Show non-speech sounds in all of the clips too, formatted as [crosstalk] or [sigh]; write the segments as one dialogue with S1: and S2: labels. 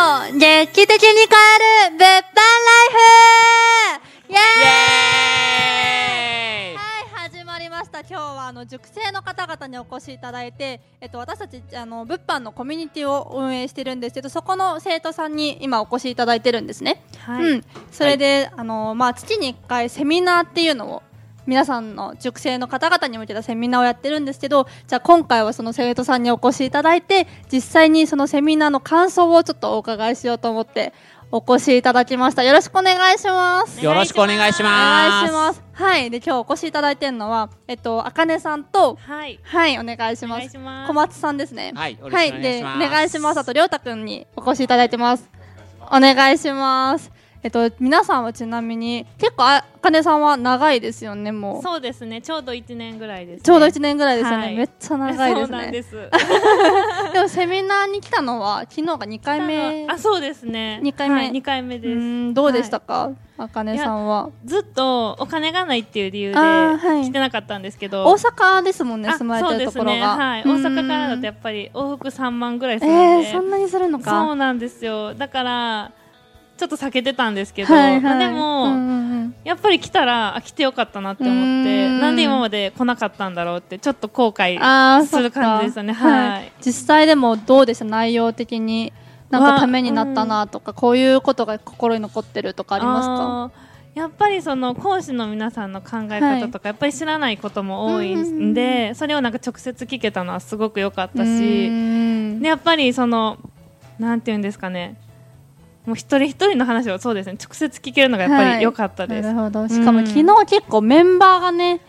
S1: 熱気的に変える物販ライフイエーイ
S2: エーイ
S1: はい、始まりました。今日はあの熟成の方々にお越しいただいて、えっと私たちあの物販のコミュニティを運営してるんですけど、そこの生徒さんに今お越しいただいてるんですね。
S3: はい
S1: うん、それで、あのまあ月に一回セミナーっていうのを皆さんの熟成の方々に向けたセミナーをやってるんですけど、じゃあ今回はその生徒さんにお越しいただいて、実際にそのセミナーの感想をちょっとお伺いしようと思ってお越しいただきました。よろしくお願いします。
S2: よろしくお願いし
S1: お
S2: ま
S1: 願
S2: す。
S1: いします。はい。で、今日お越しいただいてるのは、えっと、あかねさんと、
S3: はい。
S1: はい、お願いし
S3: お
S1: ま
S3: 願い
S1: す。
S3: します。
S1: 小松さんですね。
S2: はいよろしくお
S1: は
S2: 願い
S1: い、で、
S2: し
S1: お
S2: ます
S1: 願いします。あと、りょうたくんにお越しいただいてます。お願いします。えっと、皆さんはちなみに、結構、あかねさんは長いですよね、もう。
S3: そうですね。ちょうど一年ぐらいです、ね。
S1: ちょうど1年ぐらいですよね。
S3: はい
S1: めっちゃ長いです
S3: そうなん
S1: ね
S3: で。す。
S1: でも、セミナーに来たのは、昨日が2回目。
S3: あ、そうですね。
S1: 二回目
S3: はい二回目
S1: う
S3: です。
S1: ん、どうでしたか、あかねさんは。
S3: ずっとお金がないっていう理由で
S1: あーはい
S3: 来てなかったんですけど。
S1: 大阪ですもんね、
S3: あ
S1: 住まれてるところが。
S3: そうですね。はい。大阪からだとやっぱり往復三万ぐらいするんで。
S1: えー、そんなにするのか。
S3: そうなんですよ。だからちょっと避けてたんですけど、まあでも。
S1: うんうんうん
S3: やっぱり来たらあ来てよかったなって思
S1: う
S3: っ
S1: ー
S3: て
S1: ん
S3: なんで今まで来なかったんだろうってちょっと後悔
S1: あー
S3: する感じでしたね
S1: そっか
S3: はい
S1: 実際でもどうでした内容的になんかためになったなとか、こういうことが心に残ってるとかありますか
S3: あーやっぱりその講師の皆さんの考え方とか、やっぱり知らないことも多いんで、
S1: うんうん
S3: それをなんか直接聞けたのはすごく良かった
S1: う
S3: し、
S1: ーん
S3: でやっぱりそのなんていうんですかねもう一人一人の話をそうですね直接聞けるのがやっぱり良かったです、
S1: なるほどしかも
S3: うん
S1: 昨日結構メンバーがね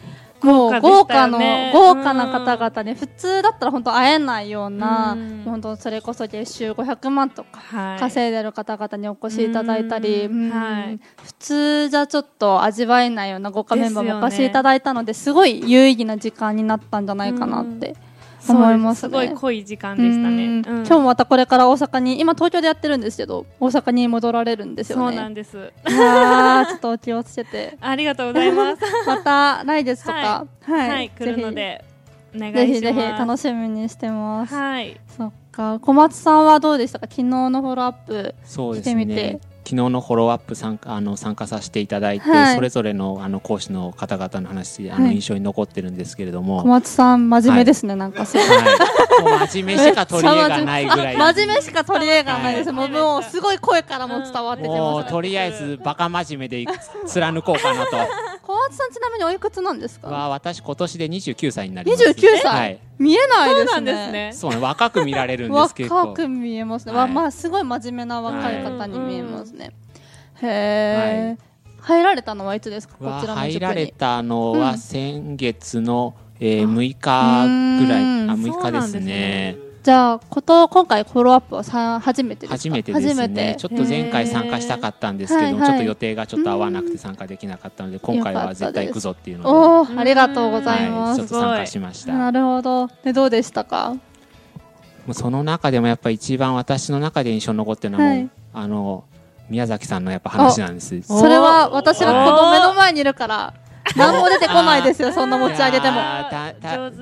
S1: もう豪
S3: 豪
S1: 華
S3: 華
S1: の、
S3: でしたよね
S1: 豪華な方々ね、普通だったら本当会えないような、
S3: うん
S1: 本当それこそ月収500万とか
S3: はい
S1: 稼いでる方々にお越しいただいたり、
S3: うん
S1: うん
S3: はい
S1: 普通じゃちょっと味わえないような豪華メンバーもお
S3: で
S1: 越
S3: す
S1: し
S3: よね
S1: いただいたので、すごい有意義な時間になったんじゃないかなって
S3: そうです
S1: 思いますね。
S3: ごい濃い時間でしたね、
S1: うん
S3: うん
S1: 今日もまたこれから大阪に今東京でやってるんですけど大阪に戻られるんです
S3: そ
S1: よ
S3: うなん
S1: ね。
S3: です
S1: いやーちょっとお気をつけて
S3: [laughs] ありがとうございます
S1: [laughs] また来月とかは
S3: はい、
S1: ぜ
S3: 来るのでお願
S1: ひ
S3: いします。
S1: ぜひぜひ楽しみにしてます。
S3: はい。
S1: そっか小松さんはどうでしたか昨日のフォローアップ
S2: そうで
S1: 来
S2: す
S1: てみて
S2: ね。昨日のフォローアップ参加あの参加させていただいて、
S1: はい
S2: それぞれのあの講師の方々の話あの
S1: はい
S2: 印象に残ってるんですけれど
S1: 小
S2: も、
S1: 松さん真面目ですね、なん
S3: [laughs]
S1: かすごい
S2: はい、もう真面目しか取り柄がないぐ
S1: [laughs]
S2: らい
S1: 真面目しか取り柄がないです、
S3: はい
S1: もうもうすごい声からも伝わってき
S2: も
S1: ま
S2: う
S1: す、
S2: とりあえずバカ真面目でいく貫こうか
S1: [laughs]
S2: なと
S1: 小松さんちなみにおいくつなんですか
S2: わあ私今年で29歳になります
S1: 29歳、
S2: はい、
S1: 見えないですね
S2: そうね若く見られるんです結構
S1: 若く見えますね、
S2: はい
S1: わまあすごい真面目な若い方に見えますね、へえ、
S2: はい
S1: 入られたのはいつですかこ
S2: は
S1: ちらの塾に
S2: 入られたの
S1: うん
S2: は先月の、えー6日ぐらいあ
S1: うーん
S2: 6日ですね
S1: じゃあこと今回フォローアップはさ初めてですか
S2: 初めてです
S1: 初
S2: ね
S1: めて
S2: ちょっと前回参加したかったんですけど、
S1: へーはいはい
S2: ちょっと予定がちょっと合わなくて参加できなかったので今回は絶対行くぞっていうので
S1: おーありがとうござい
S2: は
S1: ま
S2: い、
S1: す、
S2: ちょっと参加しました
S1: な
S2: も
S1: るほどでどうでしたか
S2: うその中でもやっぱ一番私の中で印象に残ってるのはもう、
S1: はい
S2: あの宮崎さんのやっぱ話なんです
S3: お
S1: それは私はこの目の前にいるから何も出てこないですよそんな持ち上げても
S2: あーたた
S3: 上手。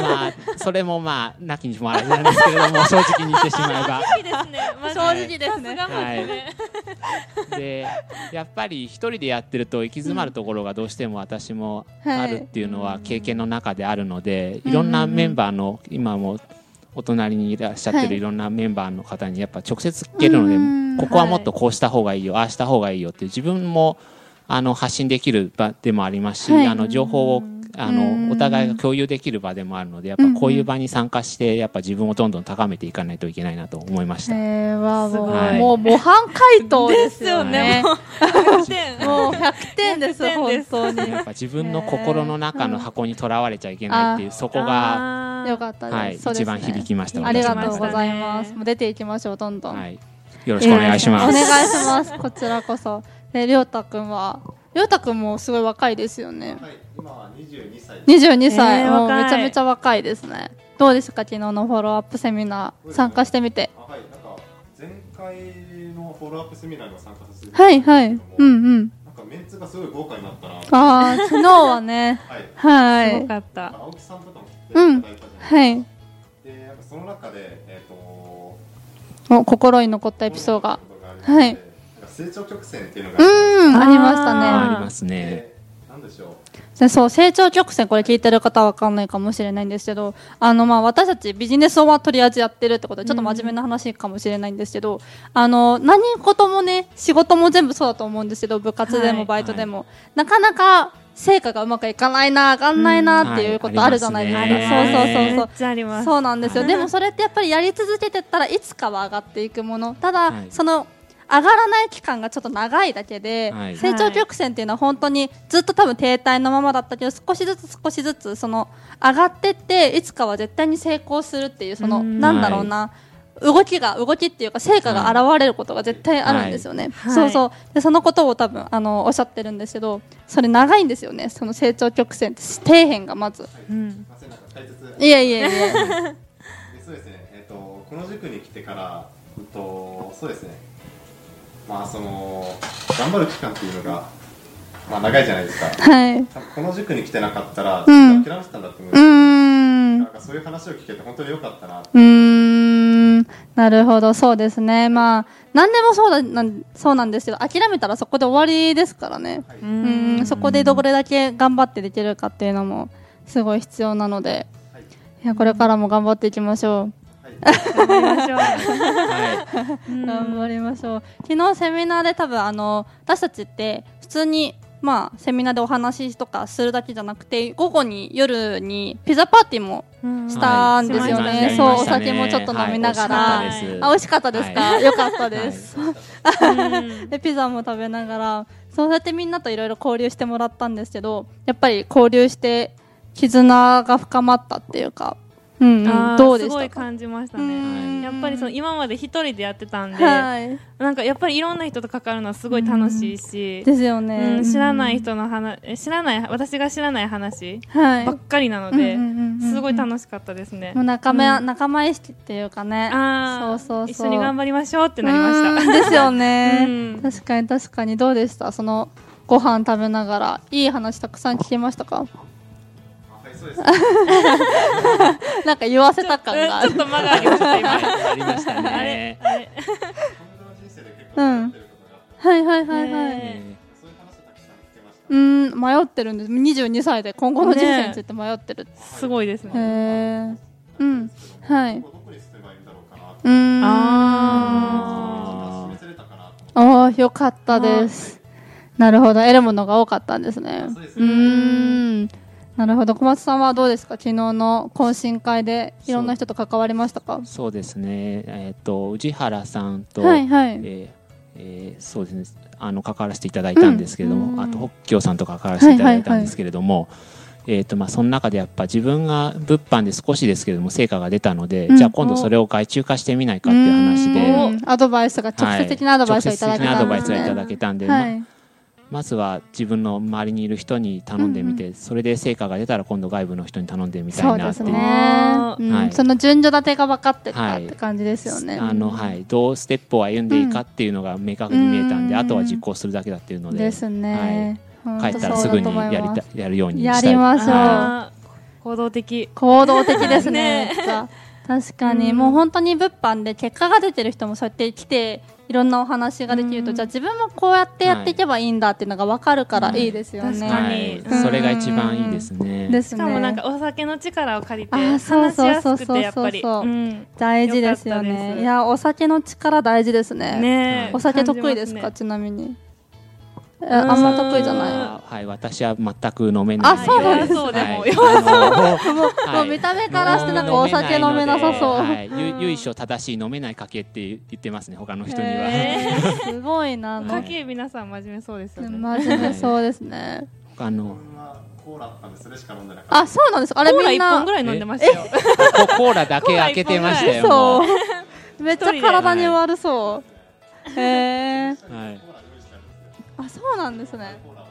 S2: まあそれもまあなきにしもあらずなんですけれども正直に言ってしまえば
S3: いいです [laughs] ね。
S1: 正直ですね
S3: さすがマジで
S2: でやっぱり一人でやってると行き詰まるところがどうしても私も
S1: はい
S2: あるっていうのは経験の中であるので、い、ろんなメンバーの今もお隣にいらっしゃって
S1: はい
S2: るいろんなメンバーの方にやっぱ直接聞けるので、
S1: うん
S2: ここはもっとこうした方がいいよ、ああした方がいいよっていう自分もあの発信できる場でもありますし、
S1: はい
S2: あの情報をあ
S1: うん
S2: のお互いが共有できる場でもあるのでやっぱこういう場に参加してやっぱ自分をどんどん高めていかないといけないなと思いました。
S1: えー、わあもう、
S2: すごい
S1: もう模範解答で
S3: ですす
S1: よ
S3: よ
S1: ね
S3: ね。。
S1: [laughs]
S3: もう
S1: もう100点です、
S3: 100点
S1: 本
S3: です
S1: 当に。
S2: やっぱ自分の心の中の箱にとらわれちゃいけないっていうそこが、
S3: あ
S1: [laughs]
S3: ー
S1: よかったです。
S2: はい、
S1: そうですね
S2: 一番響きました
S1: ありがとうご
S2: 私の中
S1: ざいます。もう出ていきましょう、どんどん。
S2: ではい、よろしくお願いします、
S1: お願いします。こちらこそ。で、りょうたくんは、りょうたくんもすごい若いですよね。
S4: はい、今は22歳です。
S1: 22歳、
S3: えー
S1: もう
S3: 若い
S1: めちゃめちゃ若いですね。どうですか、昨日のフォローアップセミナー、参加してみて。
S4: あはい、なんか前回のフォローアップセミナーにも参加させていた
S1: は
S4: だい
S1: い
S4: た
S1: はい。
S4: ん
S1: う
S4: で
S1: ん
S4: すけども
S1: うん。
S4: なんかメンツがすごい豪華になったな。はい。
S1: ああ、昨日はね、は
S3: す
S1: い
S3: ご。かった。
S4: 青木さんとかも来ていただいたじゃないですか。
S1: はい。
S4: で、やっぱその中でえっ、と
S1: もう心に残ったエピソードが。
S4: って、
S1: はい
S4: 成長曲線っていうのが
S1: う
S4: あって、
S1: ん、ありました
S3: あー
S1: ね。
S2: ありますね。
S4: でなんでしょ
S1: でそう、成長曲線、これ聞いてる方は分かんないかもしれないんですけど、あの、まあ、私たちビジネスをはとりあえずやってるってことで、ちょっと真面目な話かもしれないんですけど、あの、何事もね、仕事も全部そうだと思うんですけど、部活で
S3: は
S1: も
S3: い
S1: バイトでも、なかなか成果がうまくいかないな、上がんないなっていうことあるじゃないですか。
S2: うんはいあ
S1: そう
S2: りますね
S1: そうそうそう
S3: めっ。ちゃあります。
S1: そうなんですよ。
S3: はい
S1: でもそれってやっぱりやり続けてったらいつかは上がっていくもの。ただ、
S2: はい
S1: その上がらない期間がちょっと長いだけで、
S2: はい
S1: 成長曲線っていうのは本当にずっと多分停滞のままだったけど少しずつ少しずつその上がってっていつかは絶対に成功するっていうその
S3: うん
S1: なんだろうな、動きが動きっていうか成果が現れることが絶対あるんですよね、
S3: はい
S1: そうそうでそのことを多分あのおっしゃってるんですけどそれ長いんですよねその成長曲線って底辺がまず
S3: うん
S4: う、ませんなんか解説
S1: いやいやいや
S3: [laughs]
S4: でそうですね、えっとこの塾に来てから、うんと、そうですね、まあ、その頑張る期間っていうのが、まあ、長いじゃないですか、
S1: はい
S4: 多分この塾に来てなかったら、
S1: うん
S4: ずっと諦めてたんだと
S1: う
S4: 思うんですよ、
S1: ーん
S4: なんかそういう話を聞けて、本当に良かったな、
S1: うーんなるほど、そうですね。まあ、何でもそうだなんそうなんですけど、諦めたらそこで終わりですからね。
S4: はいう
S1: うんーん、そこでどれだけ頑張ってできるかっていうのも、すごい必要なので、
S4: はい
S1: いやこれからも頑張っていきましょう。
S4: はい
S3: 頑張りましょう。
S2: はい
S3: うん
S1: 頑張りましょう。昨日セミナーで多分あの私たちって普通にまあセミナーでお話とかするだけじゃなくて午後に夜にピザパーティーも
S3: うん
S1: スターンですよね
S2: は
S1: そう
S2: いやりましたね
S1: お酒もちょっと飲みながら
S2: はい美味しかったです
S1: あ美味しかったですか、
S2: は
S1: よかったです、
S3: うん
S1: でピザも食べながらそうやってみんなといろいろ交流してもらったんですけどやっぱり交流して絆が深まったっていうか、うん
S3: あ
S1: うん、
S3: ー
S1: どうですし
S3: ごい
S1: たか
S3: 感じました
S1: う
S3: ね。
S1: ん
S3: やっぱりその今まで一人でやってたんで、
S1: はい
S3: なんかやっぱりいろんな人と関わるのはすごい楽しいし、
S1: ですよ
S3: う
S1: ね、
S3: ん知らない人の話、え知らない私が知らない話
S1: はい
S3: ばっかりなので
S1: うんうんうんうんうん、
S3: すごい楽しかったですね
S1: も。う仲間、
S3: う
S1: 仲間意識っていうかね
S3: ああ、
S1: そうそうそう
S3: 一緒に頑張りましょうってなりま [laughs] した。
S1: たですよ
S3: う
S1: ね
S3: ん
S1: 確かに確かにどうでしたそのご飯食べながらいい話たくさん聞けましたか
S4: あはい、そうですね、
S1: [laughs] なんか言わせた感があ
S3: うんちょっ
S1: る
S3: と間がありました今。
S2: ありました
S3: あれ
S2: ね。
S3: あれ
S4: 自分の人生で結構やってることがあって、
S1: はいはいはいはい、
S3: ね
S2: え
S4: そういう話をたくさん聞けました。
S1: うーん迷ってるんです22歳で今後の人生について迷ってる、
S3: すごいです
S1: へ
S3: ね。
S1: えうんはい
S4: どこに住めばいいんだろうかな
S1: うーん
S3: あ
S2: ー
S4: 示されたかなと思って
S1: あーよかったですなるほど得るものが多かったんですね
S4: そうです
S1: うーんなるほど小松さんはどうですか昨日の懇親会でいろんな人と関わりましたか
S2: ーそうですね。えっ、と宇治原さんと、
S1: はいはい
S2: えーえーそうですね。あの関わらせていただいたんですけれども、あと北京さんとか関わらせていただいたんですけれども。えーとまあ、その中でやっぱ自分が物販で少しですけれども成果が出たので、
S1: うん
S2: じゃあ今度それを外注化してみないかっていう話で、
S1: うーんアドバイスが直接的なアドバイスをいただけ
S2: はい直接的なア
S1: た
S2: ド
S1: ん
S2: バ
S1: で
S2: イ
S1: す
S2: スをいただ
S1: ね
S2: けたんで、
S1: は
S2: ま
S1: い
S2: まずは自分の周りにいる人に頼んでみて、
S1: う
S2: それで成果が出たら今度外部の人に頼んでみた
S1: そ
S2: いうな
S1: で
S2: って
S1: す
S2: いう
S1: ね
S3: あ、
S1: うん
S2: はい
S1: その順序立てが分かってった
S2: は
S1: っ
S2: い
S1: て感じですよね、
S2: あのはい、どうステップを歩んでいいかっていうのが明確に見えたんで、
S1: うん
S2: あとは実行するだけだっていうので
S1: ですね、
S2: は
S1: 本
S2: い、帰
S1: 当
S2: ったらすぐに
S1: そうだと思います
S2: やりたやるように
S1: や
S2: したい
S1: りましょう
S2: は
S3: あー行動的。
S1: 行動的ですね
S2: [laughs]
S3: ね
S1: やっぱ確かに、
S3: うん
S1: もう本当に物販で結果が出てる人もそうやって来ていろんなお話ができると、
S3: うん
S1: じゃあ自分もこうやってやっていけばいいんだっていうのが分かるから
S2: はい
S1: いいですよね、
S3: 確か
S2: は
S3: に
S2: い
S3: うん
S2: それが一番いいですね。
S1: です
S3: し
S1: ね
S3: かもなんかお酒の力を借りて
S1: あー
S3: 話
S1: そう
S3: し
S1: そう
S3: や
S1: そうそ
S3: す
S1: う
S3: く
S1: そう
S3: てやっぱり。うん
S1: 大事ですよ
S3: よかったで
S1: ね
S3: す
S1: いやお酒の力大事ですね
S3: ねえ
S1: お酒得意ですか
S3: 感じ
S1: ちなみにえ
S3: ん
S1: あんま得意じゃない
S2: あはい、私は全く飲めないので。
S1: あそうなんです
S3: ね
S2: はい
S3: 弱
S2: あの
S1: [laughs] もう見た目からしてなんかお酒飲めなさそう
S2: はいはいゆゆいしょ正しい飲めない家系って言ってますね、他の人には。
S1: へーすごいな
S2: は
S1: ないん
S3: [laughs]
S1: か
S3: ますね。家計皆さん真面目そうですよね。
S1: 真面目そうですね
S2: 他の
S4: 自分はコーラあったんでそれしか飲んでなかった。
S1: あそうなんですあれ
S3: コーラ
S1: みん
S3: 一本
S1: な
S3: ぐらい飲んでましたよ。
S2: あココーラだけ開けてましたよ。も
S1: そううめっちゃ体に悪そうへえ
S2: はい
S4: コーラ用意してあるんですよ。
S1: あそうなんですね
S4: コーラを。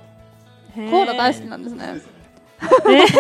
S3: へ
S1: コーラ大好きなんですね [laughs]
S4: ですね。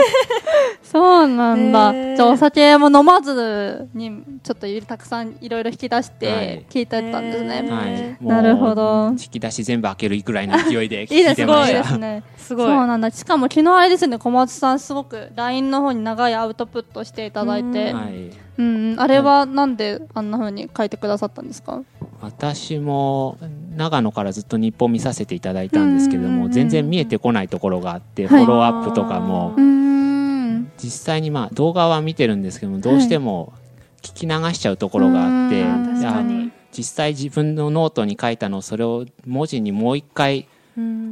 S1: そうなんだ、
S3: へー
S1: じゃあお酒も飲まずにちょっといたくさんいろいろ引き出し
S2: は
S1: て
S2: い
S1: 聞いてったんですね、
S3: へー
S2: はい、
S1: なるほど
S2: もう引き出し全部開けるぐらいの勢いで
S1: いい
S2: 聞
S1: で
S2: い
S1: す
S2: て
S1: ご
S2: ま
S1: い
S2: し
S1: で
S2: た。
S1: すね
S3: すごい。
S1: そうなんだしかも昨日あれですね小松さんすごく LINE の方に長いアウトプットしていただいてう
S3: う
S1: ん
S2: はい。
S1: うんあれはなんであんな風に書いてくださったんですか
S2: 私も長野からずっと日本見させていただいたんですけれど
S1: うんうんう
S2: も
S1: ん
S2: 全然見えてこないところがあってフ
S1: はい
S2: ォローアップとかも
S1: うーん
S2: 実際にまあ動画は見てるんですけどもどうしても聞き流しちゃうところがあって
S1: う
S3: あ
S1: ん
S3: 確か
S2: いや
S3: に
S2: 実際自分のノートに書いたのをそれを文字にもう一回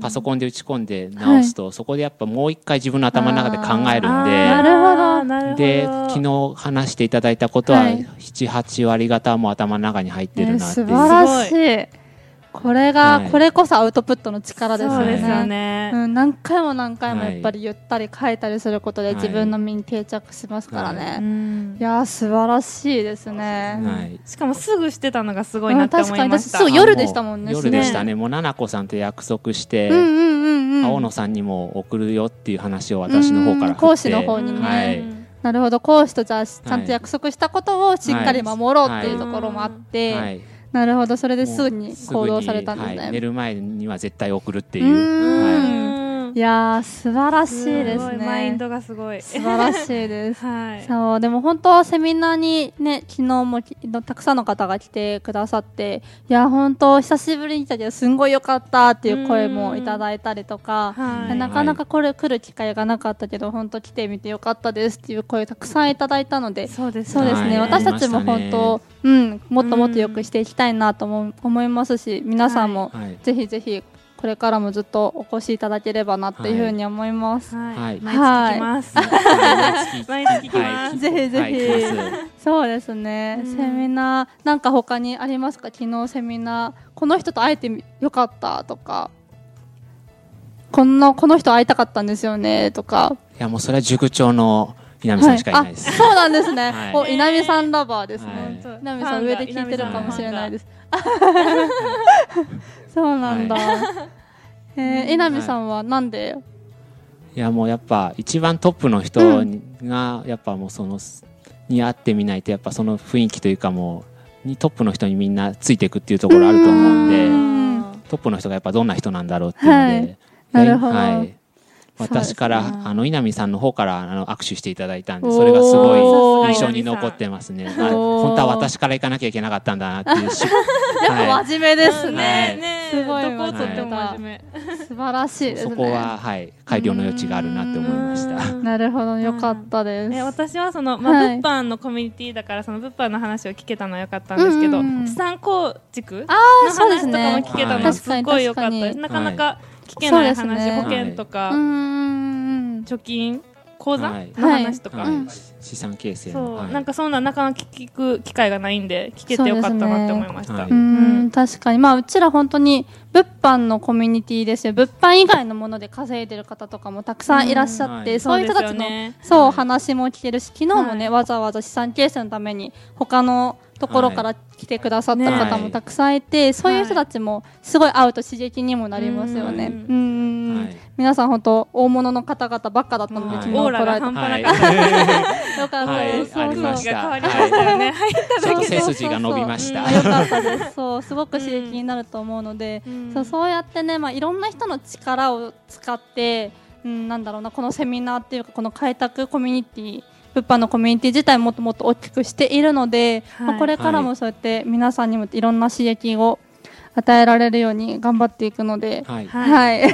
S2: パソ
S3: ン
S2: コンで打ち込んで直すと、そこでやっぱもう一回自分の頭の中で考え
S1: な
S2: る
S1: るほど
S2: んでで昨日話していただいたことは
S1: はい
S2: 78割方も頭の中に入って
S1: え
S2: る
S1: ー
S2: なってい
S1: 素
S2: う、
S1: 晴らしいこれが、
S2: はい
S1: これこそアウトプットの力ですよ
S3: そう
S1: ね
S3: ですよね、
S1: うん、何回も何回も
S2: はい
S1: やっぱり言ったり書いたりすることで
S2: はい
S1: 自分の身に定着しますからね、、
S2: はい
S3: うん
S1: やー素晴らしいですね、
S2: はい
S3: しかもすぐしてたのがすごいなって思
S1: うん確か
S3: い
S1: に
S3: ました
S1: 私そう夜でしたもんね
S2: あう夜でしたねもう七子さんと約束して、
S1: うんうんうんうん
S2: 青野さんにも送るよっていう話を私の方から振って、
S1: うん講師の方にね
S2: はい
S1: なるほど講師とじゃあちゃん
S2: は
S1: と
S2: い
S1: 約束したことをしっかり守ろうっていうところもあって、
S2: はい
S1: なるほどそれですぐ
S2: も
S1: に
S2: うすぐ
S1: 行動されたんです
S2: に
S1: ね、
S2: はい
S1: い、
S2: 寝る前には絶対送るって
S1: う
S2: い
S1: ーん
S2: う、
S3: うん
S1: いやー素晴らしいです
S3: ご
S1: ね
S3: いマインドがすごい
S1: 素晴らしいです
S3: はい
S1: そうでも本当セミナーにね昨日もきたくさんの方が来てくださっていや本当久しぶりに来たけどすんごい良かったっていう声もいただいたりとか、
S3: は
S2: う
S3: い
S2: ん
S1: なかなかこれ来る機会がなかったけど本当来てみて良かったですっていう声たくさんいただいたので
S3: そうです
S1: そうですね、
S2: はい
S1: 私たちも本当、うん、もっともっと良くしていきたいなと思う思いますし皆さんも
S2: はい
S1: ぜひぜひこれからもずっとお越しいただければなっていうふうに思います。
S3: は
S2: はいい
S3: 毎月来ます [laughs] 毎月来
S2: はい
S3: ます
S1: ぜひぜひ
S2: はい来ます
S1: そうですね、
S3: うん
S1: セミナーなんか他にありますか昨日セミナーこの人と会えてよかったとかこんなこの人会いたかったんですよねとか
S2: いやもうそれは塾長の稲見さんしかいないです、
S1: あそうなんですね、
S2: はい
S1: お稲見さんラバーですね、
S2: はい
S1: 稲見さん上で聞いてるかもしれないですすそうなんだ、えー稲見さんはなんで、
S2: いやもうやっぱ一番トップの人にがやっぱもうそのに会ってみないとやっぱその雰囲気というかもうにトップの人にみんなついていくっていうところあると思うんで
S1: うん
S2: トップの人がやっぱどんな人なんだろうっていうので、
S1: はいなるほど
S2: はい私から、
S3: そうですね
S2: あの稲見さんの方からあの握手していただいたんでそれがすご
S1: お
S2: い
S1: ー
S2: 印象に残ってますね、はい、
S1: おー
S2: 本当は私から行かなきゃいけなかったんだなっていうし
S1: やっぱ
S2: は
S1: 真面目ですね、
S2: はい
S3: ね
S1: すごい
S3: どこを取っても真面
S1: 素晴らしい
S2: い、
S1: ですね
S2: そこは、はい、改良の余地があるなって思いました。
S3: 目
S1: なるほどよかったです、
S3: え私はその、まあ
S1: はい
S3: 物販のコミュニティだからその物販の話を聞けたのは良かったんですけど、
S1: うんうんうん
S3: 資産構築の
S1: あーそうで
S3: 話
S1: す
S3: と
S1: ね
S3: かも聞けたの
S2: は
S3: はいすっごい良かったです、
S1: 確
S3: な
S2: か
S3: か
S2: に
S3: な
S2: 確かに
S3: か聞けない
S1: そうで
S3: 話、
S1: すね
S3: 保険とか、
S1: うーん
S3: 貯金口座
S2: はい
S3: の話とか、
S2: は
S1: うん
S2: い、資産形成
S3: そう、
S2: の、はい
S3: なんかそんななかなか聞く機会がないんで聞けて良かったなって思いまし
S2: そ
S3: た、
S2: うです
S1: う
S2: ね
S1: ん、
S3: う
S1: 確かにまあうちら本当に物販のコミュニティですよ物販以外のもので稼いでる方とかもたくさんいらっしゃって、
S2: うん
S1: そういう人た
S3: そ
S1: ちの
S3: うです
S1: そう,、
S3: よね
S2: はい
S1: 話も聞けるし昨日もね、
S3: はい
S1: わざわざ資産形成のために他のところから来てくださった方もたくさんいて、そういう人たちもすごい会うと刺激にもなりますよね、
S3: はい
S1: うんうんうん
S2: はい
S1: 皆さん本当大物の方々ばっかだったので、
S2: はい
S1: 昨日
S3: オ
S1: 来
S3: ー
S1: ら
S3: ラ
S1: れ
S3: が
S1: た
S3: 半
S1: よ
S3: 端なかった、
S1: かった
S2: はい
S1: です、
S2: ありま
S3: 空
S2: し
S3: 気
S2: た
S3: が変わりましたよね、はい、
S2: ちょっと背筋が伸びました
S1: そうそうそうそううんよかったです。そう、すごく刺激になると思うので、
S3: うん
S1: そう、そうやってね、まあ、いろんな人の力を使って。うん、なんだろうな、このセミナーっていうか、この開拓コミュニティ。物販のコミュニティ自体もっともっと大きくしているので、
S3: はい
S1: まあ、これからもそうやって皆さんにもいろんな刺激を与えられるように頑張っていくので、
S2: はい
S1: はい [laughs]
S3: ぜ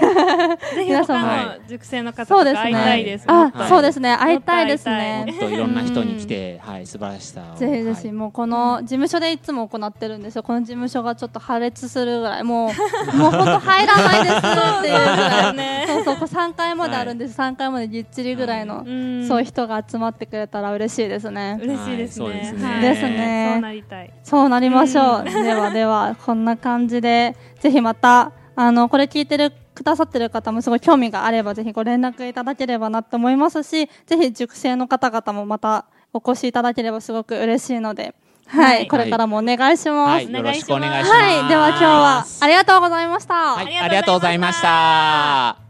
S3: ひ
S1: 皆様
S3: 他の塾生の方
S1: そ
S3: と
S1: うです
S3: か
S1: ね
S3: 会いたいです、
S1: あ、
S2: はい
S1: そうですね会いたいです
S3: もっ
S1: ね
S2: もっといろんな人に来て、はい、素晴らしさを。
S1: ぜひぜひ、もうこの事務所でいつも行ってるんですよ、この事務所がちょっと破裂するぐらい、もう、
S3: [laughs]
S1: もう本当入らないですっていうぐらい、
S3: ね
S1: そうそう、こう3階まであるんです、3階までぎっちりぐらいの、
S3: うん
S1: そういう人が集まってくれたら嬉しいですね。
S3: 嬉しいですね,
S2: は
S3: はいい、
S2: そうですね
S1: ですね
S3: そうなりたい
S1: そうなりましょう。ではでは、こんな感じで、ぜひまた、あの、これ聞いてる、くださってる方もすごい興味があれば、ぜひご連絡いただければなと思いますし、ぜひ塾生の方々もまたお越しいただければすごく嬉しいので、はい、
S3: はい
S1: これからもお願いします。
S2: はい、よろしくお願いします。
S1: はい、では今日はありがとうございました。
S2: はい、ありがとうございました。